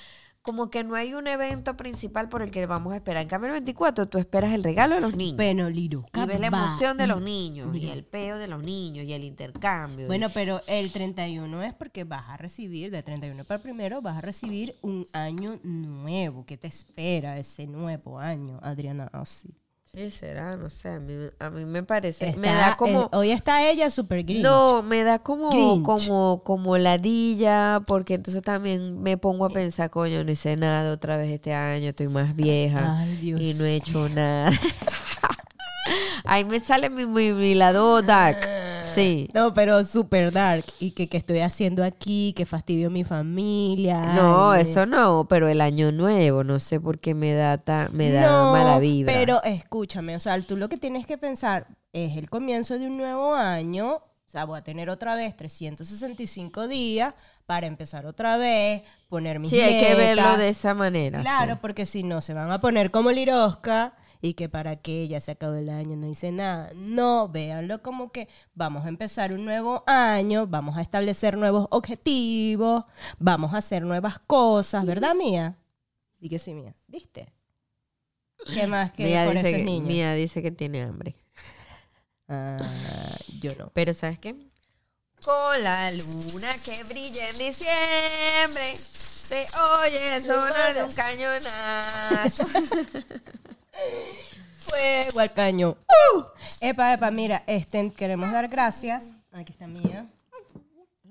como que no hay un evento principal por el que vamos a esperar. En cambio, el 24 tú esperas el regalo de los niños.
Pero Liroca
y ves la
va.
emoción de los niños, y el peo de los niños, y el intercambio. y-
Bueno, pero el 31 es porque vas a recibir, de 31 para el primero, vas a recibir un año nuevo. ¿Qué te espera ese nuevo año, Adriana? Ah, Así.
Sí, será, no sé, a mí, a mí me parece, me da
Está-
como...
el- hoy está ella super gris.
No, me da como,
Grinch.
como, como ladilla, porque entonces también me pongo
Eh.
a pensar, coño, no hice nada otra vez este año, estoy más vieja
Ay, Dios.
y no he hecho nada. Ahí me sale mi, mi, mi lado dark. Sí.
No, pero super dark. Y que, que estoy haciendo aquí, que fastidio a mi familia.
No,
Ay,
eso no, pero el año nuevo, no sé por qué me da ta- me da
No,
mala vibra.
Pero escúchame, o sea, tú lo que tienes que pensar es el comienzo de un nuevo año, o sea, voy a tener otra vez 365 días para empezar otra vez, poner mis
sí, hay que verlo
metas.
de esa manera.
Claro,
sí.
porque si no se van a poner como Lirosca y que para qué ya se acabó el año, no hice nada. No, véanlo como que vamos a empezar un nuevo año, vamos a establecer nuevos objetivos, vamos a hacer nuevas cosas, ¿verdad, mía? Y que sí, mía, ¿viste? ¿Qué más que
Mía
por
dice
eso es
que-
niño?
Mía dice que tiene hambre.
Ah, yo no.
Pero ¿sabes qué? Con la luna que brilla en diciembre, se oye el sonar de un cañonazo.
Fuego al caño. ¡Uh! Epa, epa, mira, este, queremos dar gracias. Aquí está mía.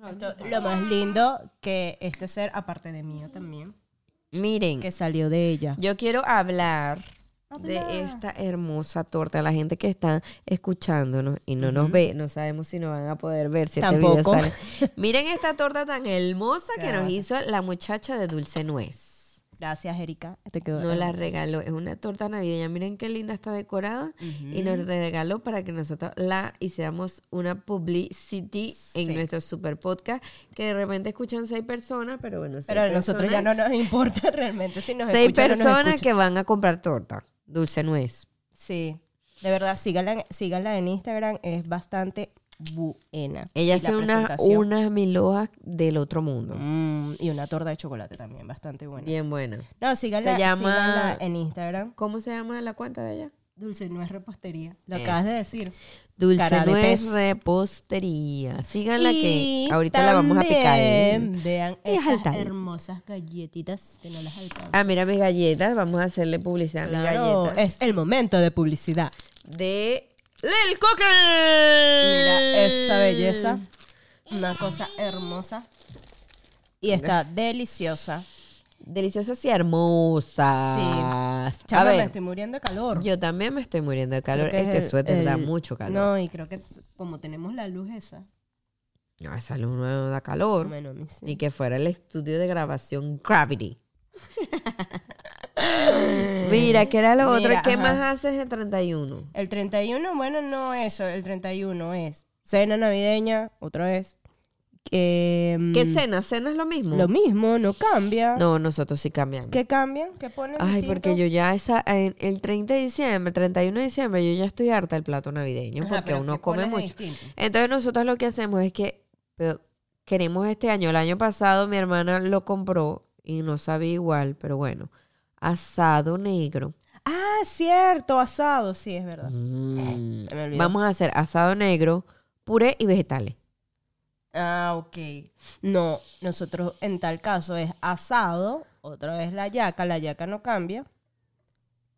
Esto, lo más lindo que este ser, aparte de mío también,
Miren,
que salió de ella.
yo quiero hablar
Habla.
de esta hermosa torta. La gente que está escuchándonos y no nos ve, no sabemos si nos van a poder ver si
Tampoco.
este video sale. Miren esta torta tan hermosa que nos hizo la muchacha de Dulce Nuez.
Gracias, Erika. Te quedó
Nos la regaló. Es una torta navideña. Miren qué linda está decorada. Y nos regaló para que nosotros la hiciéramos una publicity
Sí.
en nuestro super podcast. Que de repente escuchan seis personas, pero bueno, seis
Pero a nosotros ya
personas-
no nos importa realmente si nos
Seis
escuchan o no nos
personas
escuchan.
que van a comprar torta. Dulce nuez.
Sí, de verdad, síganla, en- síganla en Instagram, es bastante buena.
Ella
Y
hace
la
una,
presentación.
unas milojas del otro mundo.
Mm, y una torta de chocolate también, bastante buena.
Bien buena.
No, síganla,
Se llama-
síganla en Instagram.
¿Cómo se llama la cuenta de ella?
Dulce no es repostería. Lo
Es.
acabas de decir.
Dulce
Cara de
Nuez
pez.
Repostería. Síganla
Y
que ahorita la vamos a picar. ¿eh?
también Vean
Y es
esas
alta.
hermosas galletitas que no las alcanzo.
Ah, mira mis galletas. Vamos a hacerle publicidad a mis
Claro,
galletas.
es el momento de publicidad.
De Lil Cocker.
Mira esa belleza. Una cosa hermosa. Y está deliciosa.
Deliciosas y hermosas. a
Chama, me
ver,
estoy muriendo de calor.
yo también me estoy muriendo de calor.
Creo que es
Este
el-
suéter da
el-
mucho calor.
No, y creo que como tenemos la luz esa.
No. Esa luz no da calor.
Bueno, a mí sí.
Ni que fuera el estudio de grabación Gravity. Mira, que era lo otro.
Eh, Mira,
¿Qué
ajá.
más haces el 31?
El 31, bueno, no eso. El 31 es cena navideña, otra vez. Que,
¿Qué
mm,
cena? ¿Cena es lo mismo?
Lo mismo, no cambia.
No, nosotros sí cambiamos.
¿Qué cambia? ¿Qué pone?
Ay,
distinto?
porque yo ya esa, en- el 30 de diciembre, 31 de diciembre, yo ya estoy harta del plato navideño
Ajá,
porque
pero
uno
¿qué
come
pones de
mucho.
distinto?
Entonces nosotros lo que hacemos es que pero, queremos este año, el año pasado mi hermana lo compró y no sabía igual, pero bueno, asado negro.
Ah, cierto, asado, sí, es verdad.
Mm.
Me olvidé.
Vamos a hacer asado negro, puré y vegetales.
Ah, ok. No, nosotros en tal caso es asado, otra vez la yaca, la yaca no cambia.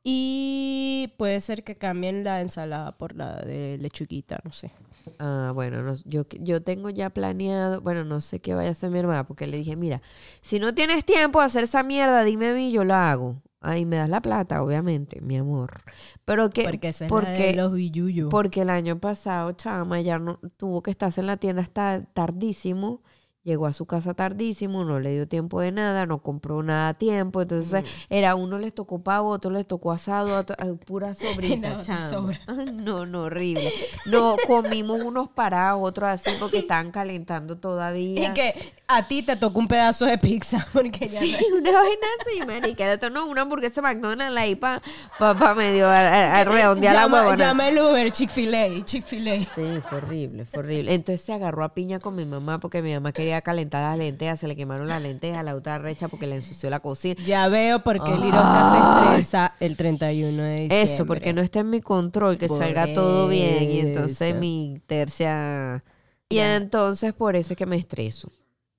Y puede ser que cambien la ensalada por la de lechuguita, no sé.
Ah, bueno, no- yo, yo tengo ya planeado, bueno, no sé qué vaya a hacer mi hermana, porque le dije, mira, si no tienes tiempo de hacer esa mierda, dime a mí, yo la hago. Ahí me das la plata, obviamente, mi amor. Pero que,
Porque esa es la de
porque,
los billuyos.
porque el año pasado, chama, ya no, tuvo que estarse en la tienda hasta tardísimo, llegó a su casa tardísimo, no le dio tiempo de nada, no compró nada a tiempo, entonces era uno les tocó pavo, otro les tocó asado, a otro- a pura sobrita,
No,
chama.
sobra.
Ay, No, no, horrible. No, comimos unos parados, otros así, porque estaban calentando
Y
todavía.
que a ti te tocó un pedazo de pizza porque ya
Sí,
no-
una vaina así, marica. El otro, no, una hamburguesa McDonald's ahí para pa, pa medio a, a- a redondear la
llama,
huevona.
llama el Uber, Chick-fil-A, Chick-fil-A.
Sí, fue horrible, fue horrible. Entonces se agarró a piña con mi mamá porque mi mamá quería calentar las lentejas, se le quemaron las lentejas, la otra recha porque le ensució la cocina.
Ya veo por qué Lirosca se estresa el 31 de diciembre.
Eso, porque no está en mi control, que
Por
salga todo bien y entonces
eso.
mi tercia... Y entonces por eso es que me estreso.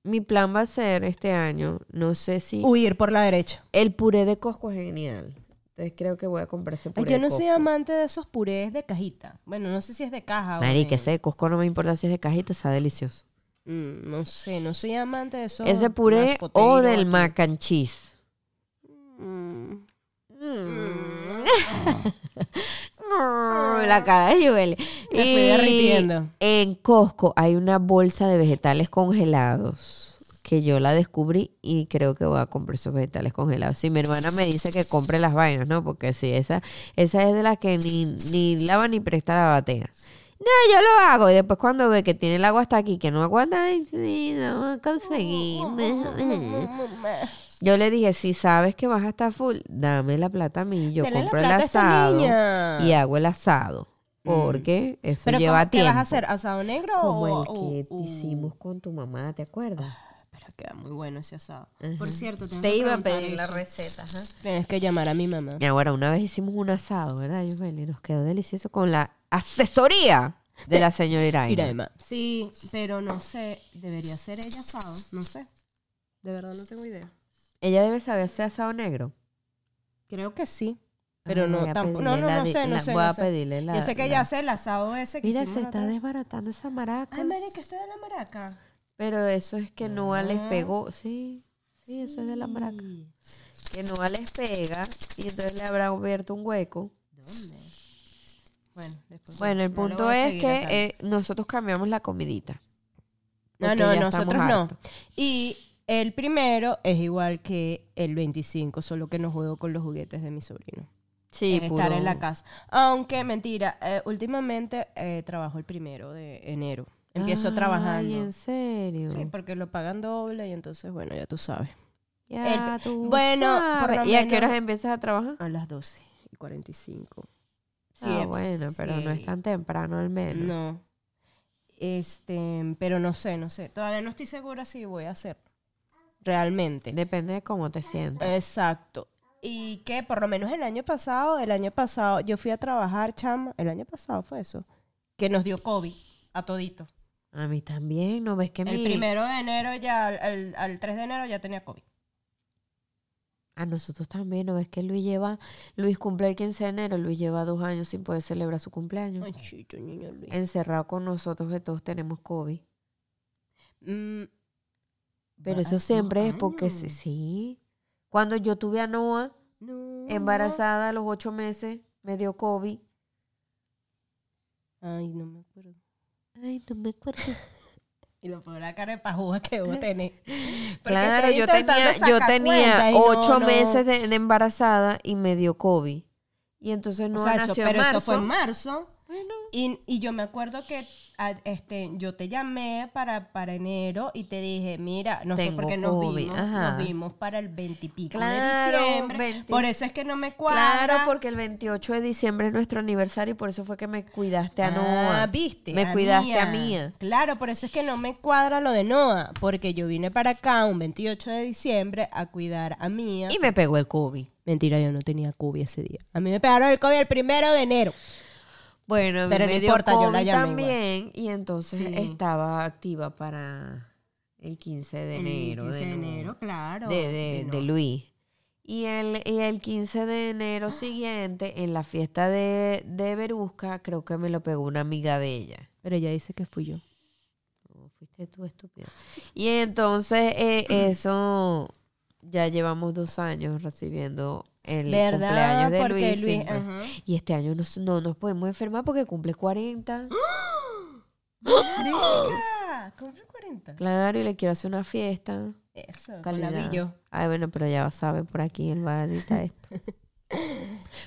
Mi plan va a ser este año, no sé si...
Huir por la derecha.
El puré de Costco es genial. Entonces creo que voy a comprar ese
Ay,
puré
yo
de
no soy
Costco.
amante de esos purés de cajita. Bueno, no sé si es de caja o
Marica,
de-
ese de Costco no me importa si es de cajita, está delicioso.
Mm, no sé, no soy amante de esos.
Ese puré
mashed potato
o del
aquí.
mac and cheese.
Mm.
Mm, La cara de Yueli.
Me fui derritiendo.
En Costco hay una bolsa de vegetales congelados que yo la descubrí y creo que voy a comprar esos vegetales congelados. Si mi hermana me dice que compre las vainas, ¿no? Porque si esa, esa es de las que ni, ni lava ni presta la batea. No, yo lo hago. Y después cuando ve que tiene el agua hasta aquí, que no aguanta, ay, sí, no conseguí. Mm.
Mm,
Yo le dije, si sabes que vas a estar full, dame la plata a mí, yo
Dale la
compro el
plata a esa
asado
niña. Mm.
y hago el asado. Porque eso
Pero
lleva
¿cómo- ¿qué
tiempo.
vas a hacer? ¿Asado negro
Como
o...?
el que
o- o-
hicimos con tu mamá, ¿te acuerdas?
Pero queda muy bueno ese asado. Por cierto, tengo
Te
que
iba a
preguntar
pedir la
eso.
receta. ajá.
Tienes que llamar a mi mamá.
Y ahora, una vez hicimos un asado, ¿verdad, Yuveli? Nos quedó delicioso con la asesoría de la señora
Mira,
Iraima.
Emma. Sí, pero no sé. Debería ser ella asado. No sé. De verdad no tengo idea.
Ella debe saber hacer asado negro.
Creo que sí. Pero
Ah, voy
no,
a
tampoco. No,
pedirle
no,
la
no
di-
sé, no
la-
sé.
Voy
no
a
sé.
pedirle la...
Yo sé que
la-
ella hace el asado ese que
Mira,
hicimos
se
la
está
otra vez.
desbaratando esa maraca.
Ay, marica, esto es de la maraca.
Pero eso es que Noah les
No.
pegó. Sí, sí, eso es de la maraca.
Sí.
Que Noah les pega y entonces le habrá abierto un hueco.
¿Dónde? Bueno, después.
Bueno, el
no lo
punto
voy a
es
seguir
que
acá.
eh, nosotros cambiamos la comidita.
No,
Porque
Ah, no,
ya estamos
nosotros no.
hartos.
Y el primero es igual que el 25, solo que no juego con los juguetes de mi sobrino.
Sí,
es estar
puro-
en la casa. Aunque, mentira, eh, últimamente eh, trabajo el primero de enero. Empiezo
Ay,
trabajando.
en serio.
Sí, porque lo pagan doble y entonces, bueno, ya tú sabes.
Ya
El-
tú
bueno, por
sabes.
lo
¿Y a qué
menos-
horas empiezas a trabajar?
A las 12 y 45.
ah, bueno, pero no es
sí.
tan temprano al menos.
No. Este, pero no sé, no sé. Todavía no estoy segura si voy a hacer. Realmente.
Depende de cómo te sientas.
Eh, Exacto. Y que por lo menos el año pasado, el año pasado, yo fui a trabajar, chama, el año pasado fue eso, que nos dio COVID a todito.
A mí también, ¿no ves que
El
mi-
primero de enero ya, al, al- al 3 de enero ya tenía COVID.
A nosotros también, ¿no ves que Luis lleva... Luis cumple el 15 de enero, Luis lleva dos años sin poder celebrar su cumpleaños.
Ay, chicho, niño Luis.
encerrado con nosotros que todos tenemos COVID.
Mm,
Pero
va-
eso
dos
siempre es porque sí,
años.
sí. Cuando yo tuve a Noah
No.
embarazada a los ocho meses, me dio COVID.
Ay, no me acuerdo.
Ay, no me acuerdo.
Y lo peor la cara de pajúa que vos tenés. Porque
Claro,
estoy
yo
intentando
tenía, yo
sacar cuentas
tenía
y no,
ocho
no.
meses de, de embarazada y me dio COVID. Y entonces
O
no
sea, eso-
nació en
pero
marzo.
eso fue en marzo. Y, y yo me acuerdo que a- este, yo te llamé para, para enero y te dije, mira, no sé
Tengo
por qué nos
COVID,
vimos,
ajá.
nos vimos para el 20 y pico
Claro,
de diciembre.
20.
Por eso es que no me cuadra.
Claro, porque el 28 de diciembre es nuestro aniversario y por eso fue que me cuidaste a Noah.
Ah, viste.
Me
a
cuidaste
Mía.
a Mía.
Claro, por eso es que no me cuadra lo de Noah, porque yo vine para acá un 28 de diciembre a cuidar a Mía.
Y me pegó el COVID.
Mentira, yo no tenía COVID ese día. A mí me pegaron el COVID el primero de enero.
Bueno, a mí
Pero no
me dio
importa, yo la
COVID
llamé igual.
también y entonces
Sí.
estaba activa para el 15 de enero.
El 15 de
nuevo.
enero, claro.
de, de- de
no.
Luis. Y el, y el 15 de enero siguiente, en la fiesta de, de Berusca, creo que me lo pegó una amiga de ella.
Pero ella dice que fui yo.
No, fuiste tú, estúpida. Y entonces, eh, eso, ya llevamos dos años recibiendo el
¿Verdad?
cumpleaños de
Porque
Luis.
Luis,
siempre.
ajá.
Y este año nos- no nos podemos enfermar porque cumple 40.
Venga, cumple 40.
Claro, y le quiero hacer una fiesta.
Eso, con
calidad.
labillo.
Ay, bueno, pero ya sabe por aquí el bar edita esto.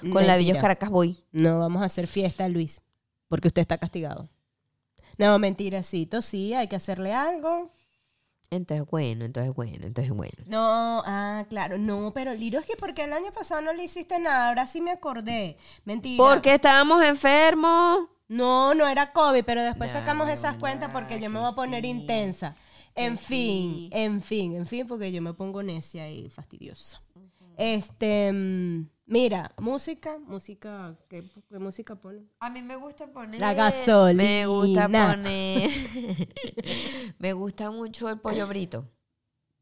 Con labillos
Mentira.
Caracas voy.
No vamos a hacer fiesta, Luis, porque usted está castigado. No, mentiracito, sí, hay que hacerle algo.
Entonces, bueno, entonces, bueno, entonces, bueno.
No, ah, claro, no, pero Liro, es que porque el año pasado no le hiciste nada, ahora sí me acordé. Mentira.
Porque estábamos enfermos.
No, no era COVID, pero después
Nah,
sacamos esas
huevona,
cuentas porque yo me voy a poner intensa. En fin, en fin, en fin, porque yo me pongo necia y fastidiosa. Este, mm, mira, música, música, ¿qué, qué música pone?
A mí me gusta poner.
La gasolina.
Me gusta poner. me gusta mucho el pollo brito.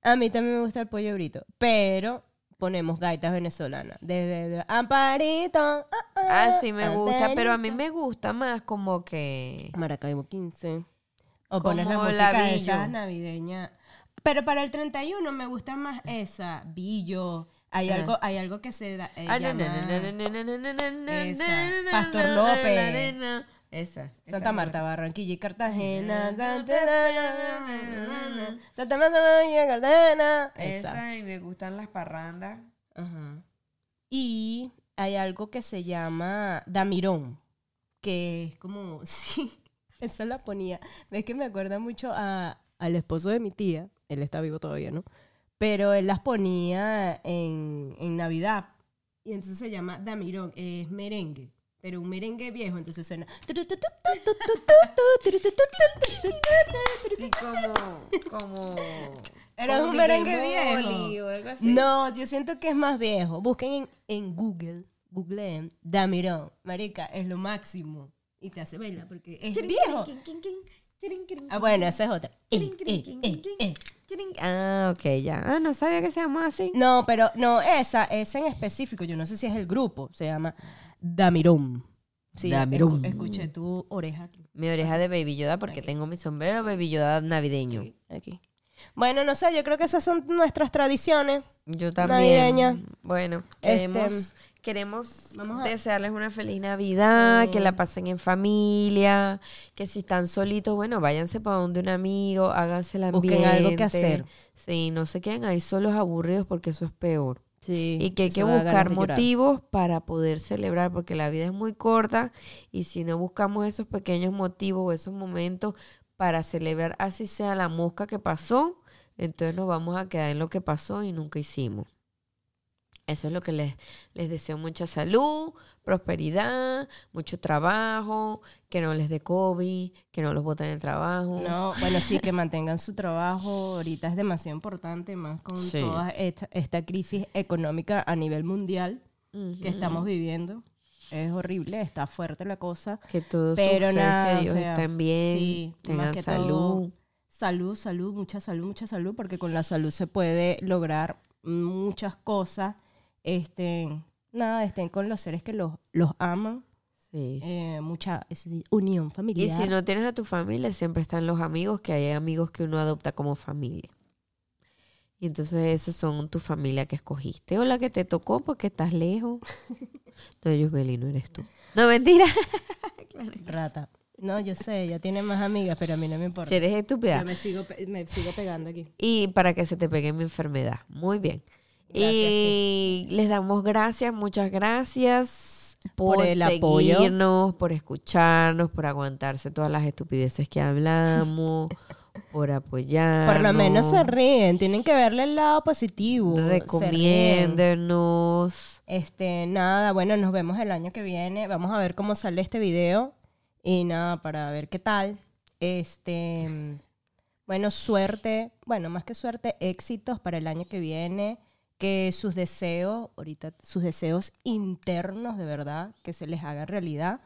A mí también me gusta el pollo brito, pero ponemos gaitas venezolanas. Desde de- Amparito. ah, ah,
Así me gusta, pero a mí
Angelito.
me gusta más como que.
Maracaibo 15. O pones la
Como
música
la
de
Billo.
esas navideñas. Pero para el 31 me gusta más esa, Billo. Hay,
Ajá.
algo, hay algo que se da. eh,
Ah, na,
llama
na, na, na, na, na, na, na, na,
Esa.
na, na,
Pastor
na,
López.
na, na, na. Esa. esa
Santa
me
Marta, Barranquilla y
Mm.
Cartagena. Santa
Ajá.
Marta, Barranquilla y Cartagena.
gusta.
Esa.
Esa y me gustan las parrandas.
Ajá. Y hay algo que se llama Damirón, que es como, sí, eso la ponía. Es que me acuerda mucho a, al esposo de mi tía, él está vivo todavía, ¿no? Pero él las ponía en, en Navidad. Y entonces se llama Damirón, es merengue, pero un merengue viejo, entonces suena...
Sí, como. como
Era
como
un
Miguel
merengue
Boli
viejo.
o algo así.
No, yo siento que es más viejo. Busquen en, en Google, googleen Damirón. Marica, es lo máximo. Y te hace bailar porque es viejo. Ah, bueno, esa es otra. Eh, eh, eh, eh.
Ah, ok, ya. Ah, no sabía que se llamaba así.
No, pero no, esa, esa en específico, yo no sé si es el grupo, se llama Damirón. Sí,
Damirón.
escu- escuché tu oreja aquí.
Mi oreja de Baby Yoda porque tengo mi sombrero Baby Yoda navideño.
aquí. Bueno, no sé, yo creo que esas son nuestras tradiciones.
Yo también.
Navideña.
Bueno,
Este,
queremos, queremos
vamos a-
desearles una feliz Navidad, que la pasen en familia, que si están solitos, bueno, váyanse para donde un amigo, háganse la ambiente.
Busquen algo que hacer.
Sí, no se queden ahí solos aburridos porque eso es peor.
Sí,
Y que hay que
eso da ganas
buscar
de llorar.
motivos para poder celebrar, porque la vida es muy corta y si no buscamos esos pequeños motivos o esos momentos para celebrar, así sea la mosca que pasó, entonces nos vamos a quedar en lo que pasó y nunca hicimos. Eso es lo que les, les deseo mucha salud, prosperidad, mucho trabajo, que no les dé COVID, que no los boten el trabajo.
No, bueno, sí, que mantengan su trabajo. Ahorita es demasiado importante, más con
Sí.
toda esta, esta crisis económica a nivel mundial
Ujú.
que estamos viviendo. Es horrible, está fuerte la cosa.
Que todos sus
Pero
seres
nada, o
queridos
sea,
estén bien,
sí, más
tengan
que
salud.
todo, Salud, salud, mucha salud, mucha salud, porque con la salud se puede lograr muchas cosas. Estén, nada, estén con los seres que los, los aman.
Sí.
Eh, mucha es decir, unión familiar.
Y si no tienes a tu familia, siempre están los amigos, que hay amigos que uno adopta como familia. Y entonces esos son tu familia que escogiste o la que te tocó porque estás lejos. No, Yusbeli, no eres tú. No, mentira.
Rata. No, yo sé, ella tiene más amigas, pero a mí no me importa.
Si eres
Yo
estúpida.
me sigo, pe- me sigo pegando aquí.
Y para que se te pegue mi enfermedad. Muy bien.
Gracias,
y les damos gracias, muchas gracias por,
Por el apoyo.
seguirnos, por escucharnos, por aguantarse todas las estupideces que hablamos, por apoyarnos.
Por lo menos se ríen, tienen que verle el lado positivo. se ríen.
Recomiéndenos.
Este, nada, bueno, nos vemos el año que viene. Vamos a ver cómo sale este video. Y nada, para ver qué tal. Este, bueno, suerte. Bueno, más que suerte, éxitos para el año que viene. Que sus deseos, ahorita, sus deseos internos de verdad, que se les hagan realidad.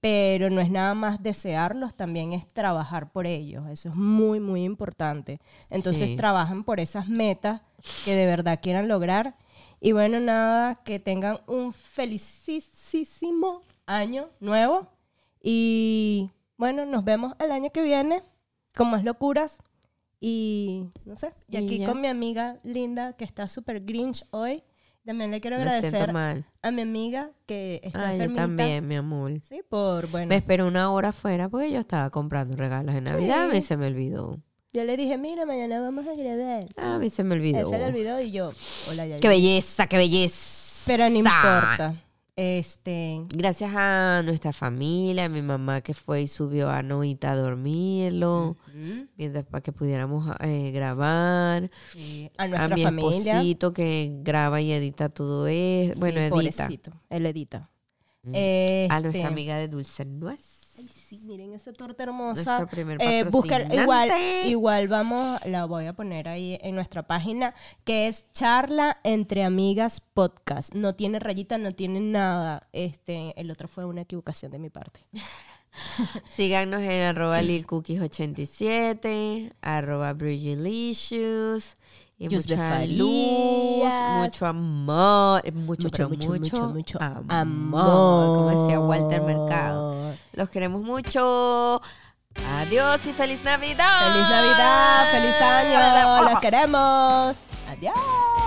Pero no es nada más desearlos, también es trabajar por ellos. Eso es muy, muy importante. Entonces,
Sí.
trabajen por esas metas que de verdad quieran lograr. Y bueno, nada, que tengan un felicísimo año nuevo. Y bueno, nos vemos el año que viene con más locuras. Y no sé, y
Y
aquí
ya.
con mi amiga linda que está súper grinch hoy. También le quiero
Me siento
agradecer
mal.
a mi amiga que está
Ah, yo
enfermita.
también, mi amor.
Sí, por bueno.
Me esperé una hora afuera porque yo estaba comprando regalos de Navidad. A mí
Sí.
se me olvidó.
Yo le dije, mira, mañana vamos a grabar.
A mí se me
Él
olvidó.
se le olvidó y yo, hola, ya.
Qué
llegué".
belleza, qué belleza.
Pero no importa. Este,
Gracias a nuestra familia, a mi mamá que fue y subió a Noita a dormirlo, mientras para que pudiéramos eh, grabar.
sí, eh, a
A
nuestra
mi
familia.
esposito que graba y edita todo eso.
Sí,
bueno, edita.
pobrecito, él edita.
Mm.
Este,
A nuestra amiga de Dulce Nuez.
ay, sí, miren esa torta
Nuestro
hermosa.
primer
Eh, busca-
patrocinante.
igual, igual vamos, la voy a poner ahí en nuestra página, que es Charla entre Amigas Podcast. No tiene rayita, no tiene nada. Este, el otro fue una equivocación de mi parte.
Síganos en arroba lilcookies87, arroba brujilicious, y
Yus de
mucha
Farías.
luz, mucho amor, eh, mucho,
Mucho,
pero
mucho,
mucho,
mucho, mucho
amor,
amor.
como decía Walter Mercado. Los queremos mucho. Adiós y feliz Navidad.
¡Feliz Navidad! ¡Feliz año! ¡Los queremos! ¡Adiós!